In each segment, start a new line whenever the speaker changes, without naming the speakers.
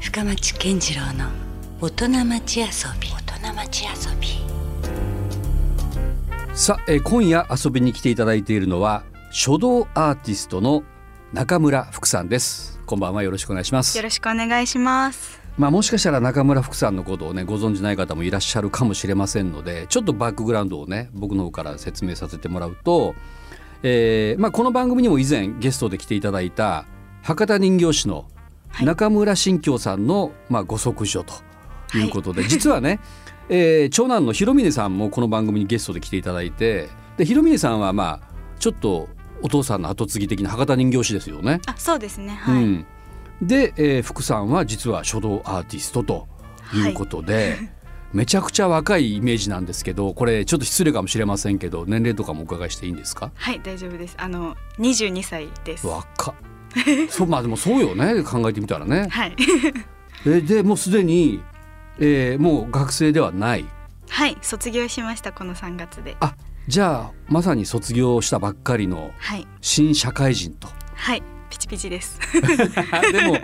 深町健次郎の大人町遊び大人町遊び
さあ、えー今夜遊びに来ていただいているのは書道アーティストの中村福さんですこんばんはよろしくお願いします
よろしくお願いします。
まあもしかしたら中村福さんのことをねご存じない方もいらっしゃるかもしれませんのでちょっとバックグラウンドをね僕の方から説明させてもらうと、えーまあ、この番組にも以前ゲストで来ていただいた博多人形師の中村新京さんの、まあ、ご息女ということで、実はね、えー長男の広峰さんもこの番組にゲストで来ていただいてで広峰さんはまあちょっとお父さんの後継ぎ的な博多人形師ですよね。
あ、そうですね。はい。
うん、で、えー福さんは実は書道アーティストということで、 めちゃくちゃ若いイメージなんですけどこれちょっと失礼かもしれませんけど年齢とかもお伺いしていいんですか
はい、大丈夫です。あの二十二歳です。は
若っそうまあでもそうよね考えてみたらね。
い。
えでもうすでに、えーもう学生ではない
はい、卒業しました。この三月で。
あじゃあまさに卒業したばっかりの
はい。
新社会人 と。
はい。ピチピチです。
でも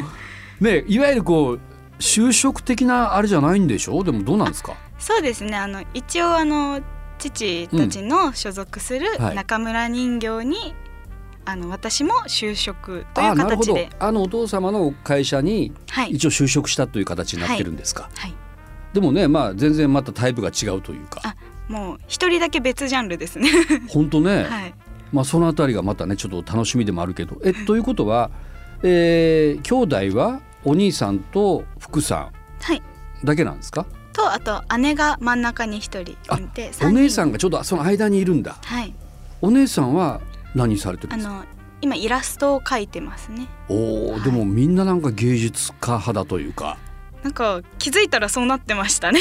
ねいわゆるこう就職的なあれじゃないんでしょでもどうなんですか
そうですね。あの一応あの父たちの所属する
うんはい
中村人形に、あの私も就職とい
あ
う
なるほ
形
ど
で、
あのお父様の会社に
はい。
一応就職したという形になってるんですか、
はい。
でもねまあ全然またタイプが違うというか
あもう一人だけ別ジャンルですね。
本当ね、
はい。
まあそのあたりがまたねちょっと楽しみでもあるけどえということは、えー、兄弟はお兄さんと福さ
はい。
んだけなんですか
とあと姉が真ん中に一人いて、
お
三人
姉さんがちょうどその間にいるんだ
はい。
お姉さんは何されてるん
あ
ですか
の今イラストを描いてますね
おおでもみんななんか芸術家派だというか
なんか気づいたらそうなってましたね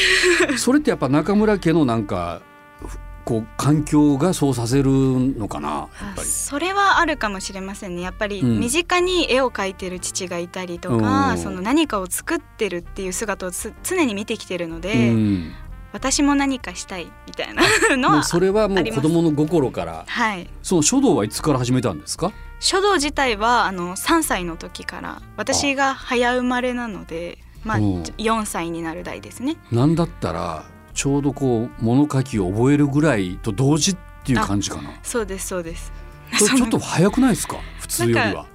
それってやっぱ中村家のなんかふこう環境がそうさせるのかなやっぱり。
それはあるかもしれませんねやっぱり
うん
身近に絵を描いてる父がいたりとか、
うん
その何かを作ってるっていう姿をつ常に見てきてるので、
うん、
私も何かしたいみたいなの
もう
は
それはも
あ
う
りま
子
す
供の心から
はい
その書道はいつから始めたんですか
書道自体はあの3歳の時から私が早生まれなのでまあ、
うん
4歳になる代ですね
なんだったらちょうどこう物書きを覚えるぐらいと同時っていう感じかな
そうですそうです
それちょっと早くないですか普通より
なん
は。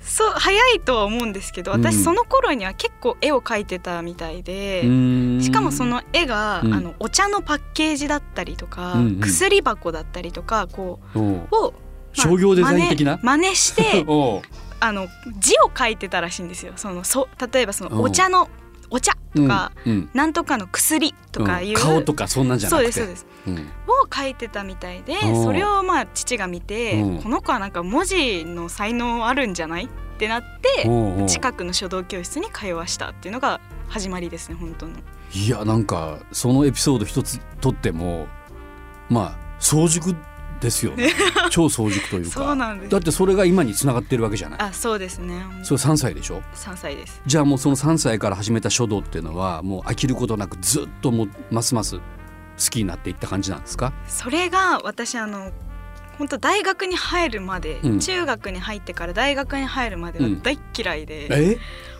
そう早いとは思うんですけど
う
私
ん
その頃には結構絵を描いてたみたいで、し
し
かもその絵が、
うん
あのお茶のパッケージだったりとか、
うんうん
薬箱だったりとかこうを、まあ
商業デザイン的な、
真似真似して
おう
あの字を書いてたらしいんですよ。そのそ例えばそ
お
の
う
お茶のお茶とか、
うんうん
なんとかの薬とかいう、
うん顔とかそんなんじゃな
そう
くて
ですそうです
うん
を書いてたみたいで
おう
それをまあ父が見て
うん
この子はなんか文字の才能あるんじゃないってなって
おうおう
近くの書道教室に通わしたっていうのが始まりですね本当の
いやなんかそのエピソード一つとってもまあ早熟ですよ ね超早熟というか
そうなんです
だってそれが今に繋がってるわけじゃない
あそうですね
それ3歳でしょ
3歳です
じゃあもうその3歳から始めた書道っていうのはもう飽きることなくずっともうますます好きになっていった感じなんですか
それが私あの本当大学に入るまで、
うん
中学に入ってから大学に入るまでは
うん
大っ嫌いで、
え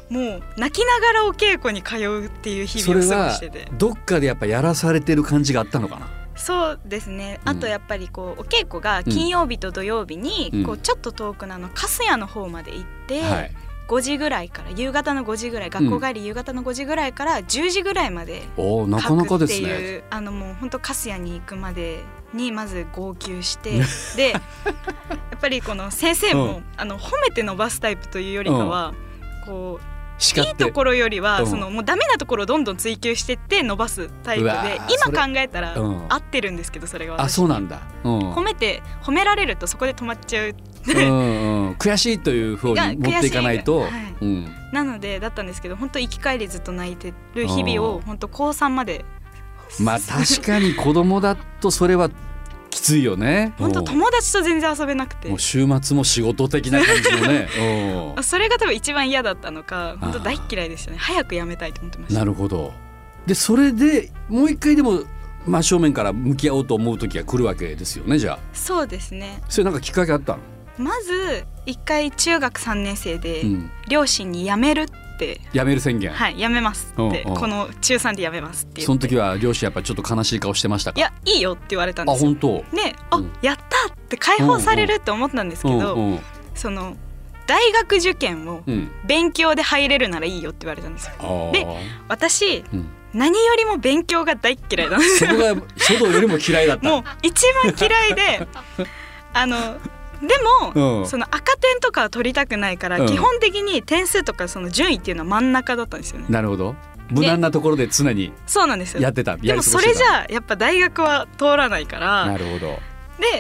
もう泣きながらお稽古に通うっていう日
そ
々
れ
を過ご
は
してて
どっかでやっぱやらされてる感じがあったのかな
そうですねあと
うん
やっぱりこうお稽古が金曜日と土曜日に、
うん
こうちょっと遠くなの粕谷の方まで行って、
はい
5時ぐらいから夕方の5時ぐらい学校帰り夕方の5時ぐらいから10時ぐらいまで
おーなかな
書
か
く
で
って
すね
いうあのもう本当粕谷に行くまでにまず号泣してでやっぱりこの先生も、
う
あの褒めて伸ばすタイプというよりかは、こう
叱
い
って
いところよりは、
うん
そのもうダメなところをどんどん追求してって伸ばすタイプ
う
で
わーそれ
今考えたら、
うん
合ってるんですけどそれが私
あそうなんだ、うん、
褒めて褒められるとそこで止まっちゃう
うんうん、悔しいというふうに
が
持っていかないと、
悔しいはい
うん、
なのでだったんですけど本当行き帰りずっと泣いてる日々
う
を
ん
本当高3まで
まあ確かに子供だとそれはきついよね。
本当友達と全然遊べなく
うん
て
もう週末も仕事的な感じのね。 うん
それが多分一番嫌だったのか本当
あー
大っ嫌いでしたね早くやめたいと思ってました
なるほど。でそれでもう一回でも真正面から向き合おうと思う時が来るわけですよねじゃあ。
そうですね
それなんかきっかけあったの
まず一回中学3年生で
うん、
両親に辞めるって、
やめる宣言、
はい辞めます
おう
って
おう
この中3で辞めますって言って
その時は両親やっぱちょっと悲しい顔してました
い
か
やいいよって言われたん
あ
ですよ
本当
ねあ、
うん
やったって解放されるって思ったんですけど、
うんうん
その大学受験を
うん
勉強で入れるならいいよって言われたんですよ
あー
で私
うん
何よりも勉強が大っ嫌いなんです
そこが 書道よりも嫌いだった
もう一番嫌 いであのでも、
うん
その赤点とかは取りたくないから、
うん
基本的に点数とかその順位っていうのは真ん中だったんですよね
なるほど無難なところで常に
そうなんですよ
やってた
でもそれじ
あ
ゃあやっぱ大学は通らないから
なるほど
で、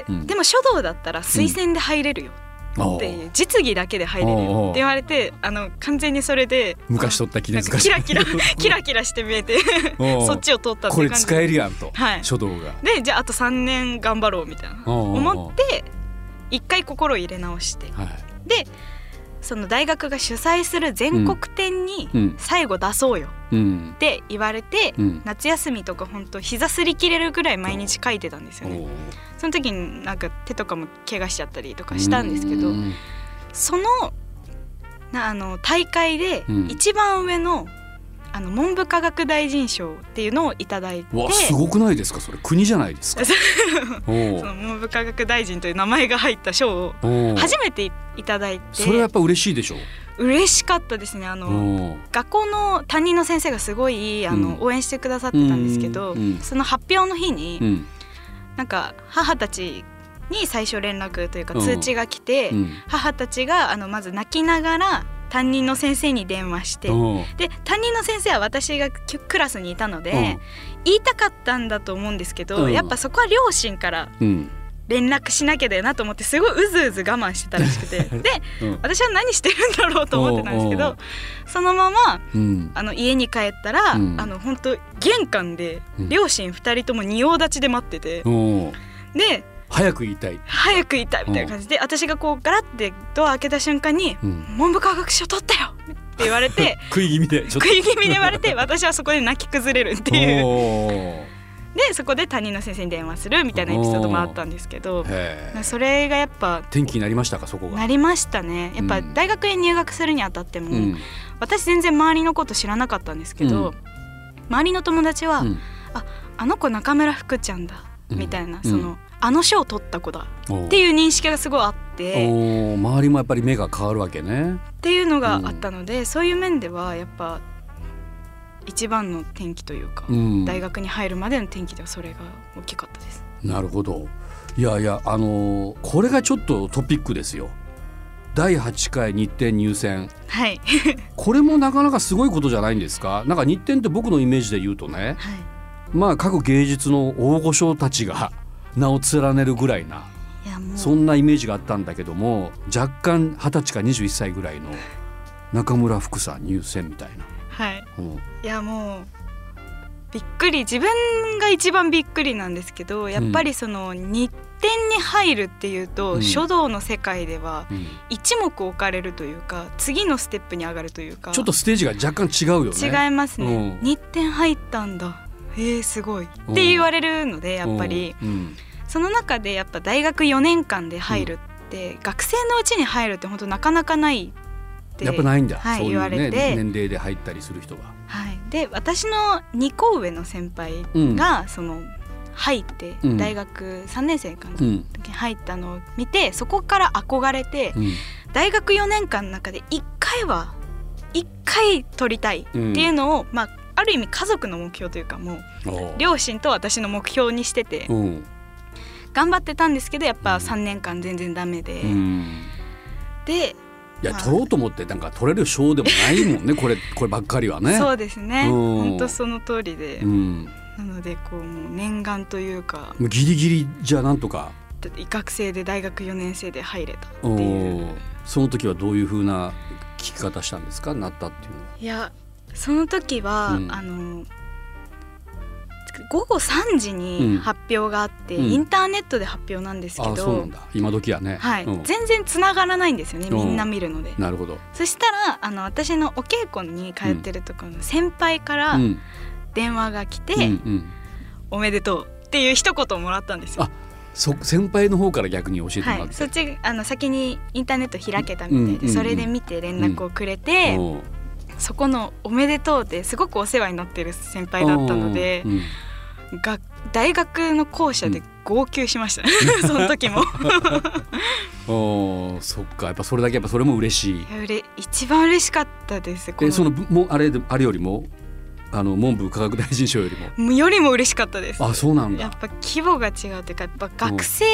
うん
でも書道だったら推薦で入れるよ
おう
っていう、実技だけで入れる
おうお
よ
う
って言われてあの完全にそれで
昔取った記
なん
念
か
塚
キ
し
ラキラ キラキラして見えてそっちを通ったって
こ
い
れ
う感じ
使えるやんと、
はい
書道が
でじゃああと3年頑張ろうみたいな
おうおうおう
思って一回心を入れ直して
はい
でその大学が主催する全国展に
うん
最後出そうよ
うん
って言われて、
うん
夏休みとか本当膝すり切れるぐらい毎日書いてたんですよねその時になんか手とかも怪我しちゃったりとかしたんですけど
うん
そのなあの大会で
うん
一番上の,、あの文部科学大臣賞っていうのをいただいて
うわすごくないですかそれ国じゃない ですかおう
その文部科学大臣という名前が入った賞を
おう
初めていただいて
それはやっぱ嬉しいでしょ
嬉しかったですねあ
う
の、
おう
学校の担任の先生がすごいあの、
うん
応援してくださってたんですけど、
うんうん
その発表の日に、
うん
なんか母たちに最初連絡というか
うん
通知が来て、
うん
母たちがあのまず泣きながら担任の先生に電話して、
おう
で担任の先生は私がきクラスにいたので、
うん
言いたかったんだと思うんですけど、
うん
やっぱそこは両親から
うん
連絡しなきゃだよなと思ってすごいうずうず我慢してたらしく てで
うん
私は何してるんだろうと思ってたんですけ
おうお
ど
う
そのまま
うん
あの家に帰ったら、
うん
あの本当玄関で
うん
両親2人とも仁王立ちで待ってて、
おう
で
早く言いたい
早く行ったみたいな感じで、私がこうガラッてドア開けた瞬間に
う
「
ん
文部科学省取ったよ!」って言わ れて
食い気味でちょっ
食い気味で言われて私はそこで泣き崩れるって
と
いう
おうへ
でそこで担任の先生に電話するみたいなエピソードもあったんですけど
え
それがやっぱ
天気になりましたかそこが
なりましたねやっぱ
うん
大学へ入学するにあたっても、
うん
私全然周りのこと知らなかったんですけ
う
ど、
ん
周りの友達は、
うん
あの子中村福ちゃんだ
うん
みたいな、
うん
そのあの賞を取った子だ
おう
っていう認識がすごいあって
おー周りもやっぱり目が変わるわけね。
っていうのがあったので、そういう面ではやっぱ一番の転機というか、
うん、
大学に入るまでの転機ではそれが大きかったです。
なるほどいやいやあのーこれがちょっとトピックですよ。第8回日展入選
はい、
これもなかなかすごいことじゃないんですかなんか日展って僕のイメージで言うとね
はい、
まあ各芸術の大御所たちが 名を連ねるぐらいない
やもう
そんなイメージがあったんだけども若干二十歳か21歳ぐらいの中村福さん入選みたいな。
はい、
うん
いやもうびっくり自分が一番びっくりなんですけどやっぱりその日展に入るっていうと、
うん
書道の世界では
うん
一目置かれるというか次のステップに上がるというか
ちょっとステージが若干違うよね。
違いますね、
うん
日展入ったんだえー、すごいっ
うん
て言われるのでやっぱり、
うん
その中でやっぱ大学4年間で入るって、学生のうちに入るって本当なかなかないって
やっぱないんだ、
はい
そうい
言
う、
わ
ね、
れて
年齢で入ったりする人は。
はい、で私の2個上の先輩が、その入って
うん
大学3年生かな、
うん
時に入ったのを見てそこから憧れて
うん
大学4年間の中で1回は1回取りたいっていうのを、まあ、ある意味家族の目標というかもう
おう
両親と私の目標にしてて
うん
頑張ってたんですけどやっぱ3年間全然ダメで、
うんい
で、
や
まあ
取ろうと思ってなんか取れる賞でもないもんねこれ こればっかりはね。
そうですね
うん
本当その通りで、
うん、
なのでこうもう念願というか
もうギリギリじゃあなんとか
学生で大学4年生で入れたって
お
いう
うその時はどういう風な聞き方したんですかなったっていうのは。
いやその時は、
うん
あの午後3時
うん
に発表があって、
うん
インターネットで発表なんですけ
ああそう
ど、
なんだ今時はね。
はい
うん
全然つながらないんですよね
うん
みんな見るので。
なるほど。
そしたらあの私のお稽古に通ってるところの先輩から
うん
電話が来て「
うんうん、
おめでとう」っていう一言をもらったんですよ。
あそ先輩の方から逆に教えても
は
らっ
い、
て、
そっちあの先にインターネット開けたみた
う
いで、
んうんうん
それで見て連絡をくれて、
おう
そこの「おめでとう」ってすごくお世話になってる先輩だったので
う、ん
が大学の校舎で号泣しました、 その時も
おーそっかやっぱそれだけやっぱそれも嬉しい
いやうれ一番嬉しかったですこ
えそ
の
のぶもうあれであれよりもあの文部科学大臣賞よりも
よりも嬉しかったです
あそうなん
やっ
だ
ぱ規模が違うというかやっぱ学生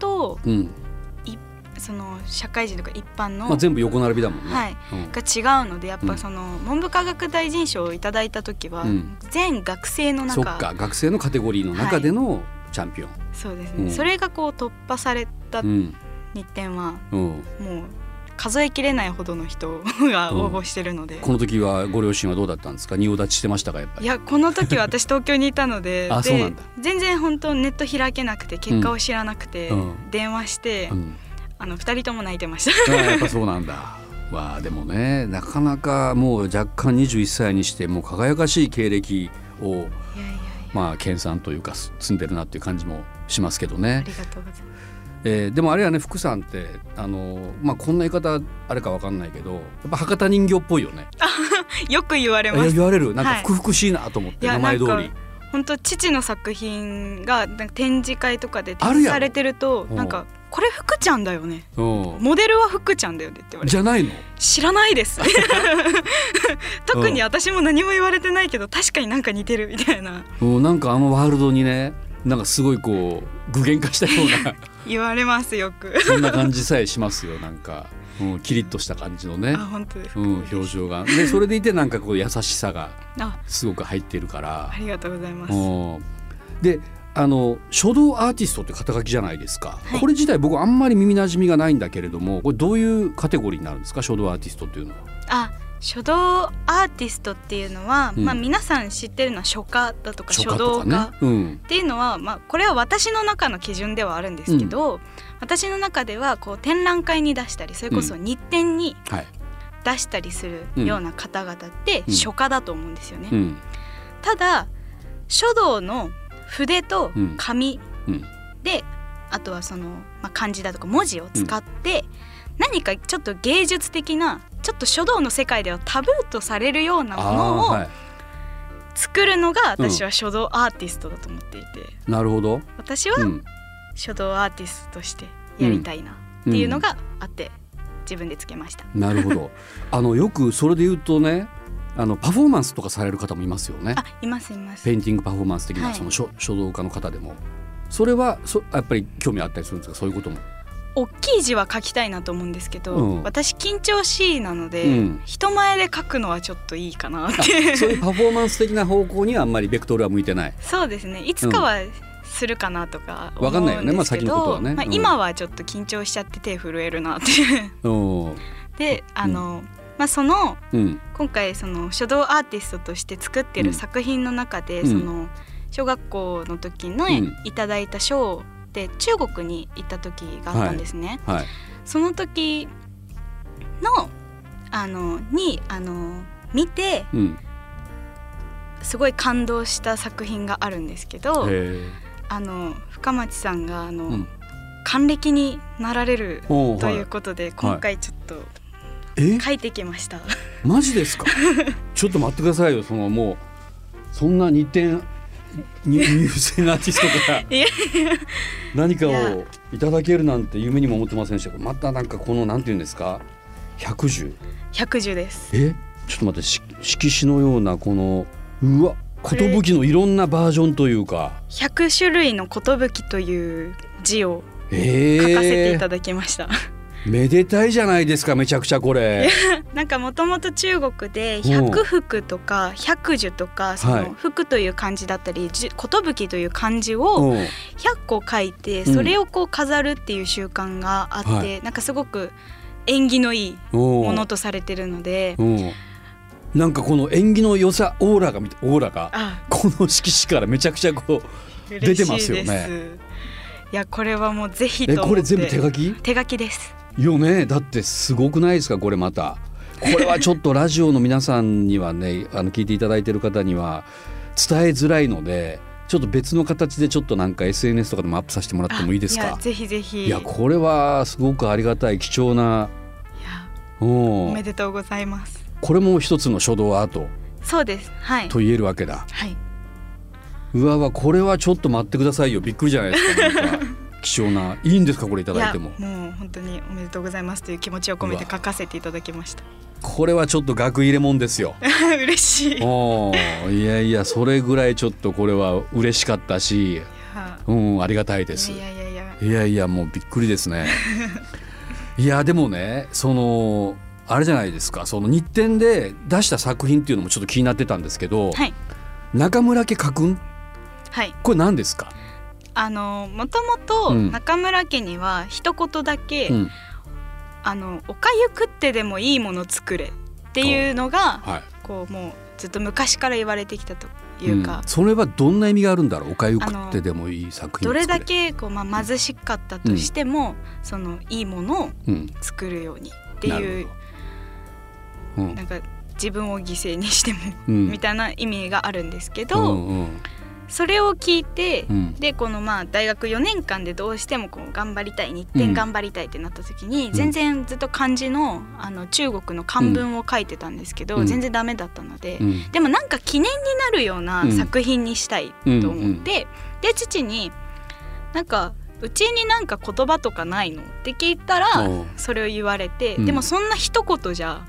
と
うん、
その社会人とか一般の、
まあ、全部横並びだもんね、
はい
うん
が違うのでやっ
うん
ぱその文部科学大臣賞をいただいた時は、
うん
全学生の
そっ
中
か学生のカテゴリーの中でのチャンピオン、
そうです
う
ね、
ん
それがこう突破された
うん
日展は
うん、
もう数えきれないほどの人が応募してるので、
この時はご両親はどうだったんですか仁王立ちしてましたかやっぱ
い
り
やこ の時は私東京にいたので
あ
で
そうなんだ
全然本当ネット開けなくて結果を知らなくて、
うん
電話して、
うん、
あの2人とも泣いてました。
あーやっぱそうなんだ まあでもねなかなかもう若干21歳にしてもう輝かしい経歴を
いやいやいや
まあ研鑽というかす積んでるなっていう感じもしますけど
あ
ね
りがとうございます。
えーでもあれはね福さんってあのー、まあ、こんな言い方あれかわかんないけどやっぱ博多人形っぽいよね
よく言われ
い
ま
や
す。
言われるなんか
はい
福々しいなと思って、
いや
名前通
なん
り
か本当父の作品がなんか展示会とかで展
ある
示
やん
されてると
うん
なんかこれ福ちゃんだよね。
う
モデルは福ちゃんだよねって言わ
ん
れて
じゃないの
知らない です 特に私も何も言われてないけど確かになんか似てるみたいな
うんなんかあのワールドにねなんかすごいこう具現化したよう な
言われますよく
そんな感じさえしますよなんか、うん、キリッとした感じのね
あ、本当です
う
か、
ん、表情がでそれでいてなんかこう優しさが
あ
すごく入ってるから
ありがとうございます、
うんであの書道アーティストって肩書きじゃないですか、
はい
これ自体僕あんまり耳なじみがないんだけれどもこれどういうカテゴリーになるんですか書道アーティストっていうのは。
あ書道アーティストっていうのは、
うん
まあ皆さん知ってるのは書家だとか書
書家
道
と
家
かね。うん
っていうのは、まあ、これは私の中の基準ではあるんですけど、私の中ではこう展覧会に出したりそれこそ日展に
はい
出したりするような方々って
うん
書家だと思うんですよね。
うん
ただ書道の筆と
うん
紙
うん
で、あとはその、まあ、漢字だとか文字を使って、何かちょっと芸術的なちょっと書道の世界ではタブーとされるようなもの
あー
を
はい
作るのが
うん
私は書道アーティストだと思っていて、
なるほど。
私は
うん
書道アーティストとしてやりたいなっていうのがあって、自分でつけました。
なるほど。あのよくそれで言うとね、あのパフォーマンスとかされる方もいますよね
あ。いますいます
ペインティングパフォーマンス的な、
はい
その書書道家の方でも、それはそやっぱり興味あったりするんですかそういう ことも。
大きい字は書きたいなと思うんですけど、
うん
私緊張しいなので、
うん
人前で書くのはちょっといいかなって
そういうパフォーマンス的な方向にはあんまりベクトルは向いてない。
そうですねいつかはするかなとか思
わかんないよ
う
ね
ん
ま
で
あ
すけ
先のこと
ど
はね
まあ
うん
今はちょっと緊張しちゃって手震えるなっていう
うん
であの、まあその
うん
今回その書道アーティストとして作って
うん
る作品の中で、
うん
その小学校の時の
うん
いただいた賞で中国に行った時があったんですね。
はい。
その時のあのにあの見て
うん。
すごい感動した作品があるんですけど、
へ
あの深町さんがあの、
うん
還暦になられる
お
ということで、今回ちょっと
え
書いてきました、
マジですかちょっと待ってくださいよそのもうそんな2点入入選アーティストから
いや
何か
いや
をいただけるなんて夢にも思ってませんでしたまたなんかこのなんて言うんですか110
110です
えちょっと待ってし色紙のようなこのうわ寿のいろんなバージョンというか
100種類の寿という字を
え
書
ー
かせていただきました、
めでたいじゃないですかめちゃくちゃこれ
なんかもともと中国で
うん
百福とか百寿とかそ
はい
の福という漢字だったりじ寿という漢字
う
を
ん
100個書いて
うん
それをこう飾るっていう習慣があっ
は
てなんかすごく縁起のいい
うん
ものとされてるので
うんなんかこの縁起の良さオーラがみたオーラが
あ
この色紙からめちゃくちゃこう出てますよね
嬉しいです。いやこれはもうぜひと
え
思って。
これ全部手書き
手書きです。
よねだってすごくないですかこれまたこれはちょっとラジ オの皆さんにはねあの聞いていただいてる方には伝えづらいのでちょっと別の形でちょっとなんか SNS とかでもアップさせてもらってもいいです
いや
か
ぜひぜひ
いやこれはすごくありがたい貴重ない
や
う
お
ん
めでとうございます
これも一つの書道アート
そうですはい
と言えるわけだ
はい、
うわうわこれはちょっと待ってくださいよびっくりじゃないですかなんか貴重ないいんですかこれいた
い
だい
や
ても
もう本当におめでとうございますという気持ちを込めて書かせていただきました
これはちょっと額入れもんですよ
嬉しいい
おーいやいやそれぐらいちょっとこれは嬉しかったし
や
うんありがたいです
いやいやいや
いやいやもうびっくりですねいやでもねそのあれじゃないですかその日展で出した作品っていうのもちょっと気になってたんですけど、
はい
中村家家訓
はい
これ何ですか、
あのもともと
うん
中村家には一言だけ、
うん
あのおかゆ食ってでもいいもの作れっていうのが
は
こうもうずっと昔から言われてきたと
い
いうか
ん、それはどんな意味があるんだろうおかゆ食ってでもいい作品
ど
を作
れだ、けこう、まあ、貧しかったとしても、そのいいものを
うん、っ
作るようにっていう
うんうん
なんか自分を犠牲にしてもみたいな意味があるんですけ
う
ど、
んうん
それを聞いて、
うん
でこのまあ大学4年間でどうしてもこう頑張りたい日
うん
展頑張りたいってなった時に、
ん
全然ずっと漢字のあの中国の漢文を書いてたんですけど、
うん
全然ダメだったので、
うん
でもなんか記念になるような作品にしたいと思って、
うんうん
で父になんかうちになんか言葉とかないのって聞いたら
おう
それを言われて、
うん
でもそんな一言じゃ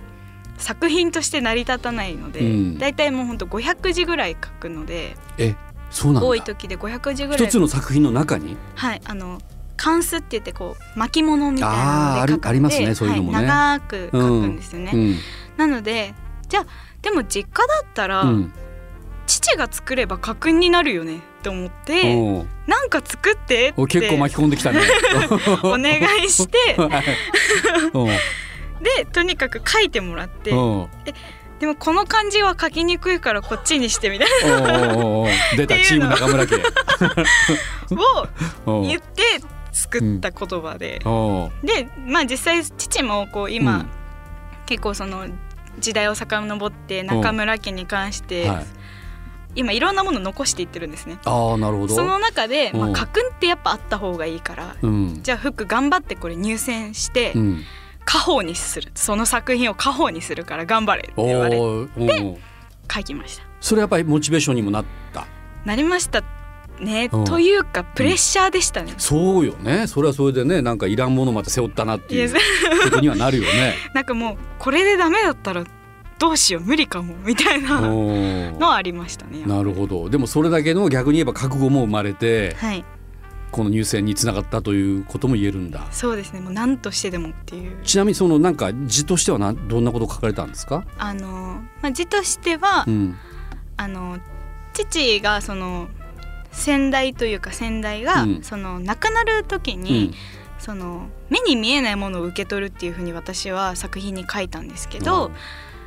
作品として成り立たないので、
うん
だいたいもうほんと500字ぐらい書くので
えそうなんだ
多い時で500字ぐら
一
い
つの作品の中に
はい、あの関数って言ってこう巻物みたい
あー
なの
ある
で書くので
ありますねそういうのもね
はい、長く書くんですよね。
うん
なのでじゃあでも実家だったら、
うん
父が作れば家訓になるよねと思って
おう
なんか作ってって
お結構巻き込んできた ね
お願いして
はいおう
でとにかく書いてもらって
おう
でもこの漢字は書きにくいからこっちにしてみたい
おうおうおう出た
って
チ
い
ー
う
ム
の
中村家
なのを
おう
言って作った言葉で、
おう
でまあ実際父もこう今、
うん
結構その時代を遡って中村家に関して、
はい
今いろんなもの残していってるんですね。
ああなるほど
その中で、ま
う
あ、
ん
家訓ってやっぱあった方がいいから、
うん
じゃあ服頑張ってこれ入選して、
うん
家宝にするその作品を家宝にするから頑張れって
お
言われ
うおう
書きました
それやっぱりモチベーションにもなった
なりましたね
うん
というかプレッシャーでしたね、
そうよねそれはそれでねなんかいらんものまた背負ったなって
い
い
や
う
そう
ことにはなるよね
なんかもうこれでダメだったらどうしよう無理かもみたいなの
おう
はありましたね
なるほどでもそれだけの逆に言えば覚悟も生まれて
はい
この入選につながったということも言えるんだ
そうですねもう何としてでもっていう
ちなみにそのなんか字としてはなんどんなことを書かれたんですか？
あの、まあ、字としては、
うん。
あの父がその先代というか先代が、
うん
その亡くなる時に、その目に見えないものを受け取るっていうふうに私は作品に書いたんですけど、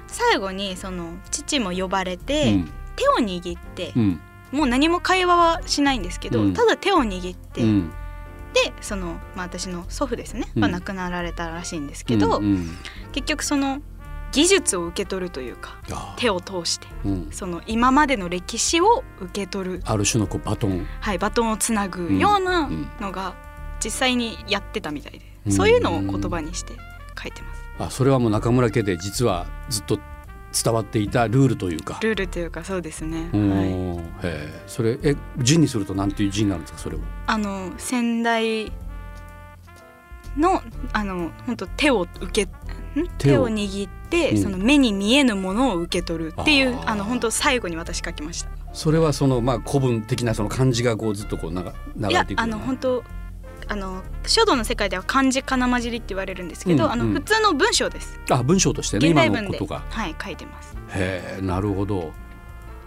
最後にその父も呼ばれ
うん、
て、手を握って
う、ん、
もう何も会話はしないんですけど、
うん
ただ手を握って、
うん、
でその、まあ、私の祖父ですね、
うん
まあ、亡くなられたらしいんですけど、
うんうん
結局その技術を受け取るというか
あ
手を通して
うん、
その今までの歴史を受け取る、
ある種のこうバトン、
はい、バトンをつなぐような
うん、
のが実際にやってたみたいで、
うん
そういうのを言葉にして書いてます。
あそれはもう中村家で実はずっと伝わっていたルールというか。
ルールというかそうですね、
お
はい、
ーへえそれえ字にするとなんていう字になるんですかそれを
あの先代のあの本当手を受けん
手
手
を
を握って、
うん
その目に見えぬものを受け取るっていう
あー
あの本当最後に私書きました。
それはそのまあ古文的なその漢字がこうずっとこう流流
い
れ
や
ていく
あの本当あの書道の世界では漢字かなまじりって言われるんですけど、
うん
あ
う
の
ん
普通の文章です。
あ文章としてね
現
今
代
の
文
こ
で、
とが
はい、書いてます。
へえなるほど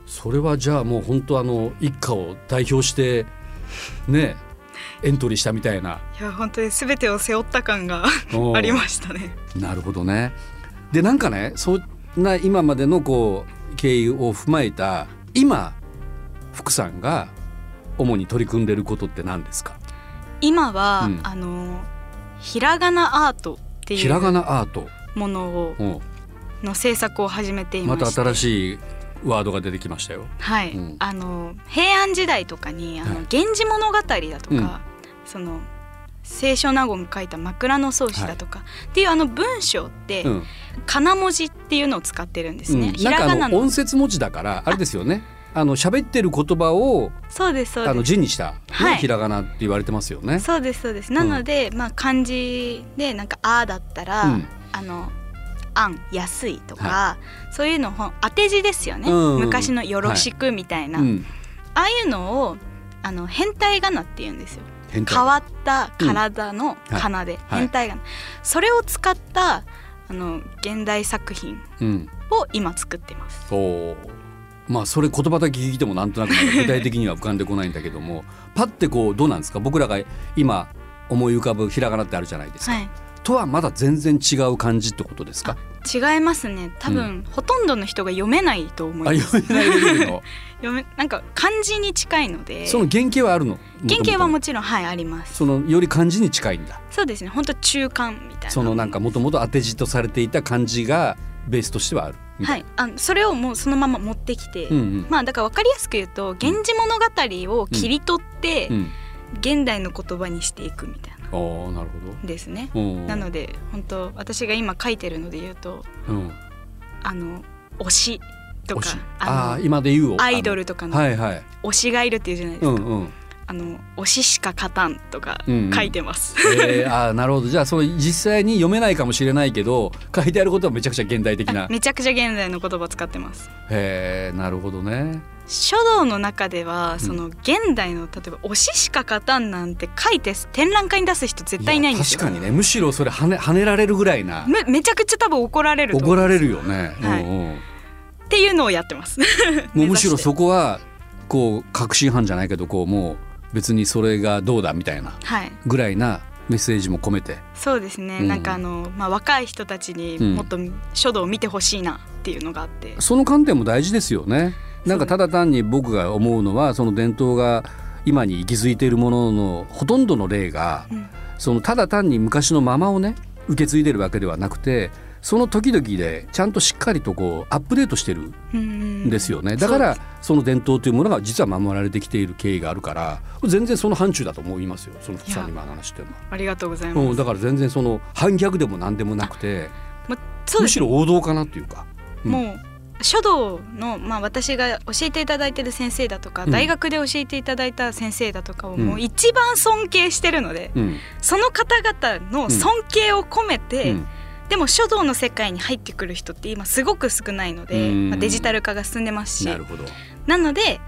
それはじゃあもう本当あの一家を代表してねエントリーしたみたいな
いや、本当に全てを背負った感がありましたね。
なるほどねでなんかねそんな今までのこう経緯を踏まえた今福さんが主に取り組んでることって何ですか
今は、
うん
あのひらがなアートって
ひ
い
らが
う
なアート
ものを
うん
の制作を始めていま
ま
して
た新しいワードが出てきましたよ。
はい、
うん
あの平安時代とかにあの
はい
「源氏物語」だと
う
か、
ん
その清少納言が書いた「枕草子」だとか、っていうあの文章って、
うん
かな文字っていうのを使ってるんですね。
うん
ひ
なん
ら
か
が
あ
な
の
の
音節文字だからあれですよね。あの喋ってる言葉を
そうですそ
あ
う
の
です。
字にした、ね
はい
ひらがなって言われてますよね。
そうですそうです。なので、まあ漢字でなんかあーだったら、
うん
あの。あん安いとか、そういうのほん当て字ですよね、
うんうん
昔の「よろしく」みたいな、
うん、
ああいうのをあの変態仮名って言うんですよ。
変態
変わった体の奏で、
はい
変態が、それを使ったあの現代作品
うん、
を今作ってます。
そうまあそれ言葉だけ聞いてもなんとなく具体的には浮かんでこないんだけどもパッてこうどうなんですか僕らが今思い浮かぶひらがなってあるじゃないですか、
はい、
とはまだ全然違う感じってことですか
違いますね。多分、ほとんどの人が読めないと思
あ
います。
読めないレベル の
読めなんか漢字に近いので、
その原型はあるの
原型は
も
もちろんはいあります。
そのより漢字に近いんだ
そうですね。本当中間みたいな。
そのなんかもともと当て字とされていた漢字がベースとしてはあるみた
はいい、あそれをもうそのまま持ってきて、
なうんうん
まあだから分かりやすく言うと「源氏物語」を切り取って
うん
現代の言葉にしていくみたいな
あーなるほ
んですね。
どうん
なので本当私が今書いてるので言うと
うん
あの推しと
推
か
しあ
あ
あ
の
今で言うを
アイドルとか
あ
の
のはいはい
推しがいるっていうじゃないで
う
す
ん
か、
うん
あの推ししか勝たんとか
うんうん
書いてます、
えー、あーなるほどじゃあその実際に読めないかもしれないけど書いてあることはめちゃくちゃ現代的な
めちゃくちゃ現在の言葉使ってます
へえなるほどね
書道の中ではその現代の例えば推ししか勝たんなんて書いて展覧会に出す人絶対いないんですよ
や確かにねむしろそれ跳ね跳ねられるぐらいな
めめちゃくちゃ多分怒られると思
怒
う
られるよね、
はい
うんうん
っていうのをやってます。
も
目
うむ
指して
しろそこはこう確信犯じゃないけどこうもう別にそれがどうだみたいな
はい
ぐらいなメッセージも込めて
そうですね、
うん
なんかあの、まあ、若い人たちにもっと書道を見てほしいなっていうのがあって、
その観点も大事ですよねなんかただ単に僕が思うのはその伝統が今に息づいているもののほとんどの例が、
うん
そのただ単に昔のままをね受け継いでるわけではなくてその時々でちゃんとしっかりとこうアップデートしてるん
で
ですよね、だからその伝統というものが実は守られてきている経緯があるから全然その範疇だと思いますよその福さんに今の話っていうのは。
ありがとうございます、
うん、だから全然その反逆でも何でもなくて
まそう
む
です
しろ王道かなっていうか。うん
もう書道の、まあ、私が教えていただいてる先生だとか、
うん
大学で教えていただいた先生だとかを
うん
もう一番尊敬してるので、
うん
その方々の尊敬を込めて、
うん
でも書道の世界に入ってくる人って今すごく少ないので、
うん
まあ、デジタル化が進んでますし
な
な
るほど
ので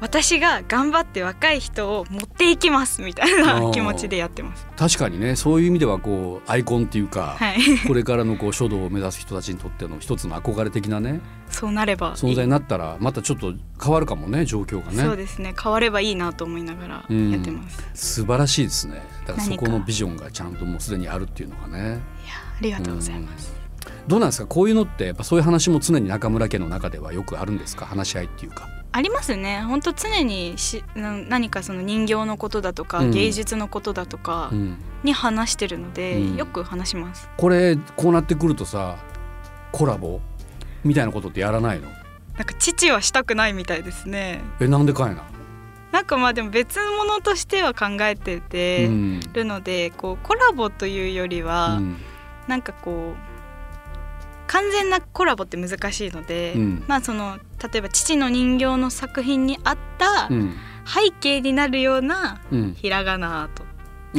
私が頑張って若い人を持っていきますみたい
お
な
ー
気持ちでやってます。
確かにねそういう意味ではこうアイコンっていうか、
はい、
これからのこう書道を目指す人たちにとっての一つの憧れ的なね
そうなればいい
存在になったらまたちょっと変わるかもね状況がね
そうですね変わればいいなと思いながら
うん
やってます、い
素晴らしいですねだからそ
何か
このビジョンがちゃんともうすでにあるっていうのがね
やありがとうございます、
どうなんですかこういうのってやっぱそういう話も常に中村家の中ではよくあるんですか話し合いっていうか
ありますね本当常にしな何かその人形のことだとか、
うん
芸術のことだとか
うん
に話してるので、
うん
よく話します
これこうなってくるとさコラボみたいなことってやらないの
なんか父はしたくないみたいですね
えなんでかいな、
なんかまあでも別物としては考えてて、
うん
るのでこうコラボというよりは、
うん
なんかこう完全なコラボって難しいので、
うん
まあその例えば父の人形の作品にあった
うん
背景になるような
うん
ひらがなアート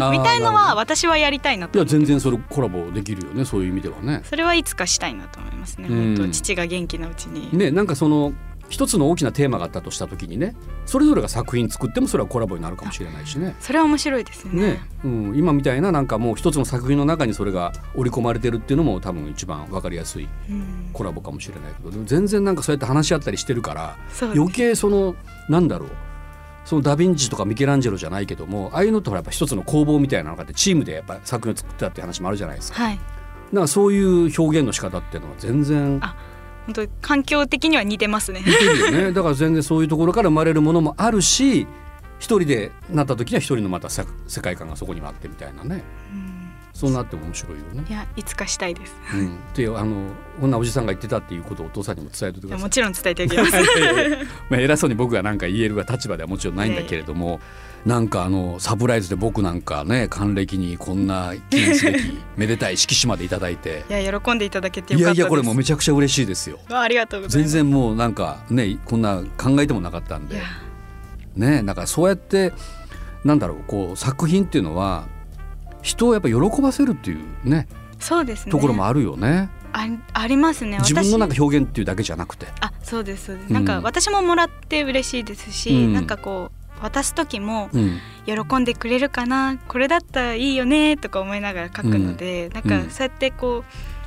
あー
みたいの
なる
は
ほ
私はやりたいな
どい
と
や全然それコラボできるよねそういう意味ではね
それはいつかしたいなと思いますね、
うん
本当父が元気なうちに、
ねなんかその一つの大きなテーマがあったとした時にねそれぞれが作品作ってもそれはコラボになるかもしれないしね
それは面白いですね
ね、うん、今みたいななんかもう一つの作品の中にそれが織り込まれてるっていうのも多分一番わかりやすい
うん、
コラボかもしれないけどでも全然なんかそうやって話し合ったりしてるから
そうです
余計そのなんだろうそのダ・ヴィンチとかミケランジェロじゃないけどもああいうのってほらやっぱ一つの工房みたいなのがあってチームでやっぱ作品を作ったって話もあるじゃないですか。
はい
なんかそういう表現の仕方っていうのは全然
あ本当環境的には似てますね
似てるよねだから全然そういうところから生まれるものもあるし一人でなった時には一人のまたさ世界観がそこにはあってみたいなねそうなっても面白いよね
い。やいつかしたいです
うん、ってあのこんなおじさんが言ってたっていうことをお父さんにも伝えておいてください
も。ちろん伝えておきます
いやいやいやまあ偉そうに僕が何か言えるが立場ではもちろんないんだけれども、なんかあのサプライズで僕なんかね還暦にこんな記念すべき めでたい色紙までいただいて
いや喜んでいただけて
い
よか
や
った
い
です
やこれもうめちゃくちゃ嬉しいですよ。
わあありがとうござ
全
います
然もうなんかねこんな考えてもなかったん
い
で
や
ねなんかそうやってなんだろうこう作品っていうのは人をやっぱ喜ばせるっていうね
そうですね
ところも
あ
あるよね
ありますね
自分のなん
私
か表現っていうだけじゃなくて。
あそうですそうです、
うん
なんか私ももらって嬉しいですし、
うん
なんかこう渡す時も
うん
喜んでくれるかなこれだったらいいよねとか思いながら書くので、なん
うん
かそうやってこう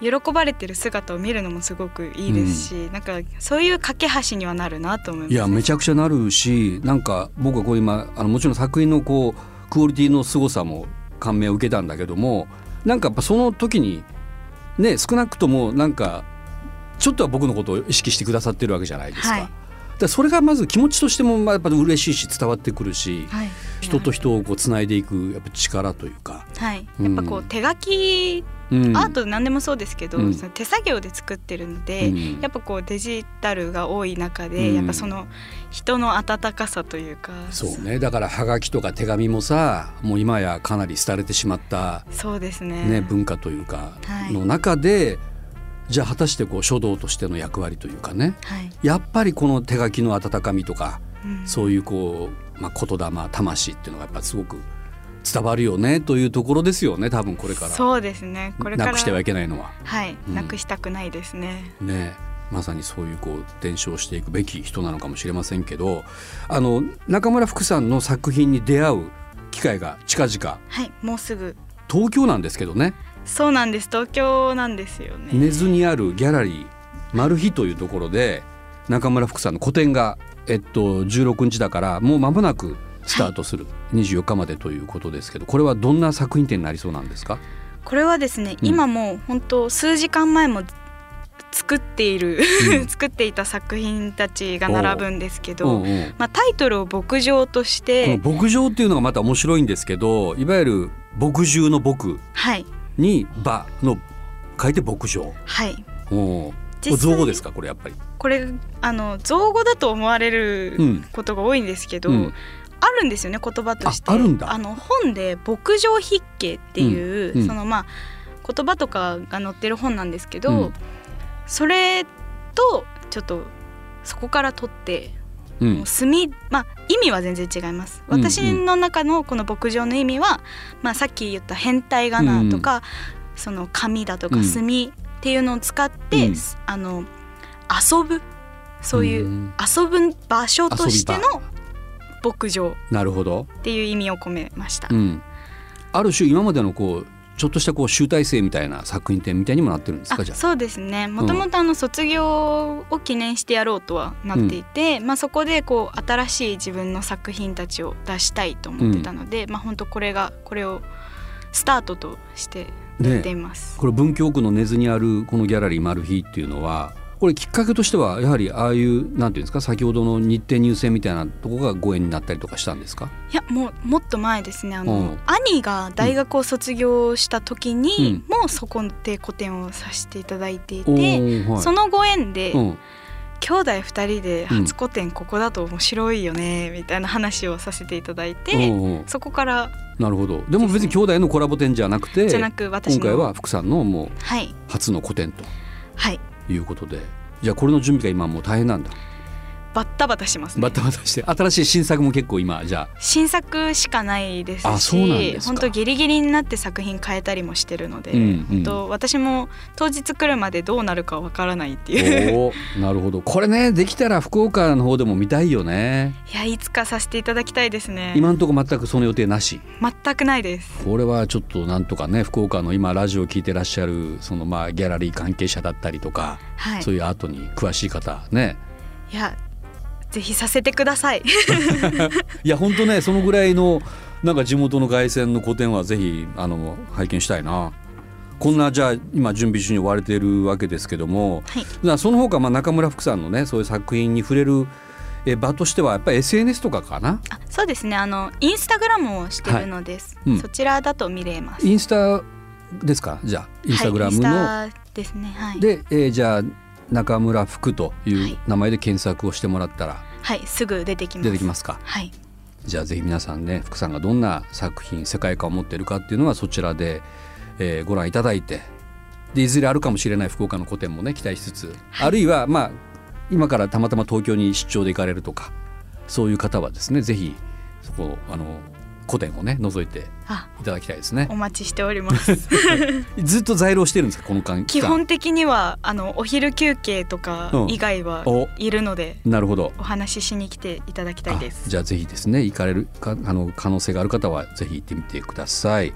喜ばれてる姿を見るのもすごくいいですし、なんかそういう架け橋にはなるなと思います
いやめちゃくちゃなるしなんか僕はこれ今あのもちろん作品のこうクオリティの凄さも感銘を受けたんだけどもなんかやっぱその時にね少なくともなんかちょっとは僕のことを意識してくださってるわけじゃないですか。
はい
だからそれがまず気持ちとしてもまあやっぱ嬉しいし伝わってくるし、
はい、
人と人をこうつないでいくやっぱ力というか、
はい、
うん
やっぱこう手書き、
うん
アート何でもそうですけど、
うん
その手作業で作ってるので、
うん
やっぱこうデジタルが多い中で、
うん
やっぱその人の温かさというか
そうねだからはがきとか手紙もさもう今やかなり廃れてしまった
そうですね
ね、文化というか
はい
の中で、じゃあ果たしてこう書道としての役割というかね
はい、
やっぱりこの手書きの温かみとか
うん
そういうこう、まあ、言霊魂っていうのがやっぱすごく伝わるよねというところですよね多分これから
そうですねこれか
な
ら
くしてはいけないのは。
はい、
うん
なくしたくないですね。
ねまさにそういうこう伝承していくべき人なのかもしれませんけどあの中村福さんの作品に出会う機会が近々
はい、もうすぐ。
東京なんですけどね
そうなんです。東京なんですよね。
根津にあるギャラリーマルヒというところで中村福さんの個展が、えっと、16日だからもう間もなくスタートする、24日までということですけどこれはどんな作品展になりそうなんですか
これはですね、
うん
今もう本当数時間前も作っている、
うん
作っていた作品たちが並ぶんですけ
う
ど、
んうん
まあタイトルを牧場とし
この
て、
牧場っていうのがまた面白いんですけどいわゆる牧獣の牧
はい
に馬の書いて牧場
はい。
お
実際
造語ですかこれやっぱり。
これあの造語だと思われ
う
る
ん
ことが多いんですけど、
うん
あるんですよね言葉として
ああるんだ
の本で「牧場筆記」っていう、
うんうん
そのまあ言葉とかが載ってる本なんですけど、
うん
それとちょっとそこから取って、
うん
もう墨まあ意味は全然違います。
うんうん
私の中のこの牧場の意味は、まあ、さっき言った変態仮名とか、その紙だと
う
か
ん
墨っていうのを使って、
うん
あの遊ぶそういう
うん
遊ぶ場所として
遊び
の牧場
なるほど、
っていう意味を込めました、
うん、ある種今までのこうちょっとしたこう集大成みたいな作品展みたいにもなってるんですか
あ
じゃあ。
そうですねもともとあの卒業を記念してやろうとはなっていて、まあ、そこでこう新しい自分の作品たちを出したいと思ってたので、まあ本当これがこれをスタートとしてやっています、
これ文京区の根津にあるこのギャラリーマルヒっていうのはこれきっかけとしてはやはりああいうなんていうんですか先ほどの日程入選みたいなとこがご縁になったりとかしたんですか、
いやもうもっと前ですねあの、
うん
兄が大学を卒業した時に、
う
もうそこで個展をさせていただいていて、
おーはい
そのご縁で、
うん
兄弟2人で
うん
初個展ここだと面白いよねみたいな話をさせていただいて、
うんうん
そこから
なるほどでも別に兄弟のコラボ展じゃなくて
じゃなく私
今
の
回は福さんのもう
はい
初の個展と
はい
いうことでじゃあこれの準備が今もう大変なんだ
バッタバタしますね
バタバタして新しい新作も結構今じ ゃあ
新作しかないです
あそうなんで
し
すか
本当ギリギリになって作品変えたりもしてるので、
うんうん
本当私も当日来るまでどうなるかわからないっていう
おーなるほどこれねできたら福岡の方でも見たいよね
いやいつかさせていただきたいですね
今のところ全くその予定なし
全くないです
これはちょっとなんとかね福岡の今ラジオを聞いてらっしゃるそのまあギャラリー関係者だったりとか、
はい
そういうアートに詳しい方ね
いやぜひさせてください
いや本当ねそのぐらいのなんか地元の凱旋の個展はぜひあの拝見したいな。こんなじゃあ今準備中に追われているわけですけども、
はい
だからその他まあ中村福さんのねそういう作品に触れるえ場としてはやっぱり SNS とかかな
あそうですねあのインスタグラムをしてるのです、
はいうん
そちらだと見れます
インスタですかじゃあインスタグラムの、
はい、インスタですねはい、
で、えーじゃあ中村福と
はいいう
名前で検索をしてもらったら
はい、すぐ出てきます
出てきますか、
はい
じゃあぜひ皆さんね福さんがどんな作品世界観を持っているかっていうのはそちらで、えーご覧いただいてでいずれあるかもしれない福岡の個展もね期待しつつ、あるいはまあ今からたまたま東京に出張で行かれるとかそういう方はですねぜひそこあの個展をね覗いて
あ
いただきたいですね
お待ちしておりま す
ずっと在廊してるんですかこの間期
基
間
本的にはあのお昼休憩とか
うん
以外は
お
いるので、
なるほど
お話ししに来ていただきたいで
あ
す
じゃあぜひですね行かれるかあの可能性がある方はぜひ行ってみてください。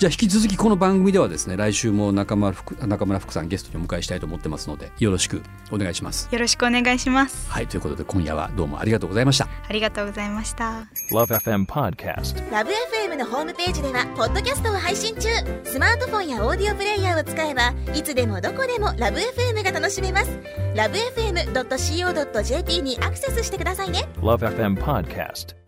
じゃあ引き続きこの番組ではですね来週も中村福中村福さんゲストにお迎えしたいと思ってますのでよろしくお願いします。
よろしくお願いします
はいということで今夜はどうもありがとうございました。
ありがとうございました。
Love FM Podcast.
ラブ f m のホームページではポッドキャストを配信中スマートフォンやオーディオプレイヤーを使えばいつでもどこでもラブ f m が楽しめますラブ FM.co.jp にアクセスしてくださいね
Love FM Podcast.